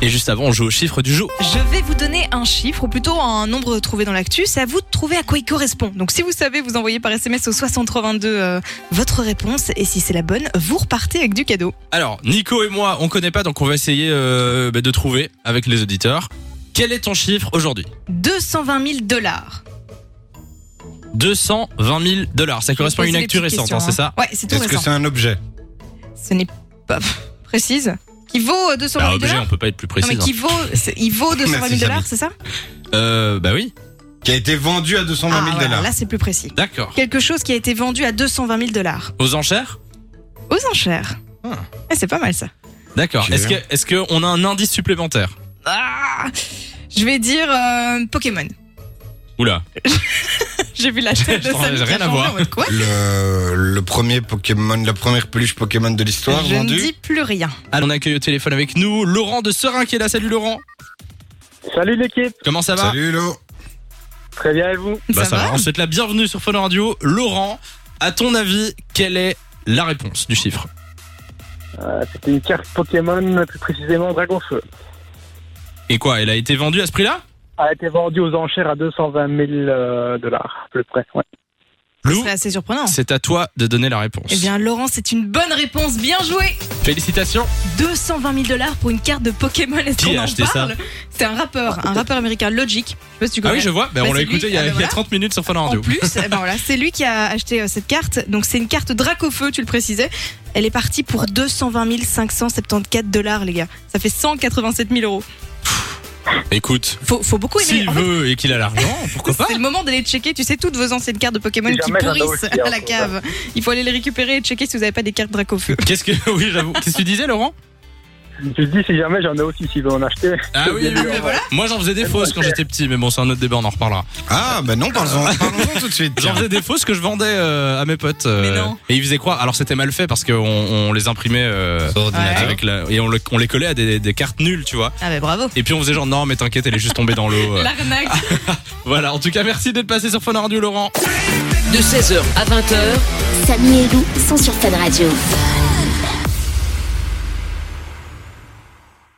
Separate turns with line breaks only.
Et juste avant, on joue au chiffre du jour.
Je vais vous donner un chiffre, ou plutôt un nombre trouvé dans l'actu. C'est à vous de trouver à quoi il correspond. Donc si vous savez, vous envoyez par SMS au 6082 euh, votre réponse. Et si c'est la bonne, vous repartez avec du cadeau.
Alors, Nico et moi, on connaît pas, donc on va essayer euh, bah, de trouver avec les auditeurs. Quel est ton chiffre aujourd'hui
220 000 dollars.
220 000 dollars. Ça correspond à une actu récente, hein, c'est ça
Ouais, c'est tout
Est-ce que
récent.
c'est un objet
Ce n'est pas précise. Qui vaut euh, 220
Bah,
000
objet,
dollars
on hein. peut pas être plus
Non,
précis.
mais qui vaut, c'est- il vaut 220
Merci,
000 dollars,
Samy.
c'est ça
Euh, bah oui,
qui a été vendu à 220 000
Ah, voilà,
dollars
Là, c'est plus précis.
d'accord.
Quelque chose qui a été vendu à 220 000 dollars
Aux enchères
aux enchères.
Ah.
Eh, c'est pas mal ça.
D'accord.
J'ai
Est-ce que
rien.
est-ce que on a un indice supplémentaire
Ah, je vais dire euh, Pokémon.
Oula.
J'ai vu la tête de
J'en ai
Samy qui a
rien à
changé
voir.
en mode quoi
Le, le premier Pokémon, la première peluche Pokémon de l'histoire
Je ne
vendue.
dis plus rien.
Allez, on accueille au téléphone avec nous Laurent de Serein qui est là. Salut Laurent.
Salut l'équipe,
Comment ça va
Salut Lo.
très bien et vous
Bah,
ça, va,
On te souhaite la bienvenue sur Fun Radio. Laurent, à ton avis, quelle est la réponse du chiffre
Euh, C'était une carte Pokémon, plus précisément Dragon Feu.
Et quoi Elle a été vendue à ce prix-là
Elle a été vendue aux enchères à 220 000 euh, dollars, à peu près. Ouais.
Lou,
C'est assez surprenant.
c'est à toi de donner la réponse.
Eh bien, Laurent, c'est une bonne réponse. Bien joué
Félicitations.
220 000 dollars pour une carte de Pokémon. Est-ce
Qui
qu'on
a
en
acheté ça
parle C'est un rappeur, un rappeur américain, Logic. Je sais pas si tu
Ah
connais.
oui, je vois. Ben,
Bah,
on l'a
c'est lui.
écouté il y, a,
Ah, bah,
il y a
voilà.
30 minutes sur Fun
En
Radio.
plus, eh ben voilà, c'est lui qui a acheté euh, cette carte. Donc, c'est une carte Dracofeu, tu le précisais. Elle est partie pour 220 574 dollars, les gars. Ça fait 187 000 euros.
Écoute,
Faut, faut beaucoup aimer. hein.
s'il
En fait,
veut et qu'il a l'argent, pourquoi pas
C'est le moment d'aller checker, tu sais, toutes vos anciennes cartes de Pokémon
Si
qui
jamais, j'en ai
pourrissent
aussi, hein,
à la
faut
cave. Il faut aller les récupérer et checker si vous n'avez pas des cartes Dracofeu.
Qu'est-ce que oui j'avoue qu'est-ce que tu disais Laurent
Je dis si jamais j'en ai aussi, s'il veut en acheter.
Ah oui, oui, oui. moi j'en faisais des fausses quand j'étais petit mais bon c'est un autre débat on en reparlera
Ah, bah non, parlons-en parlons-en tout de suite.
j'en
tiens.
faisais des fausses que je vendais euh, à mes potes euh,
Mais non.
et ils faisaient croire alors c'était mal fait parce qu'on on les imprimait euh,
Sur ordinateur.
avec la, et on, le- on les collait à des, des cartes nulles tu vois
Ah, bah bravo.
et puis on faisait genre non mais t'inquiète elle est juste tombée dans l'eau euh.
L'arnaque.
voilà en tout cas merci d'être passé sur Fun Radio Laurent
De 16h à 20h,
Samy et Lou sont sur Fan Radio.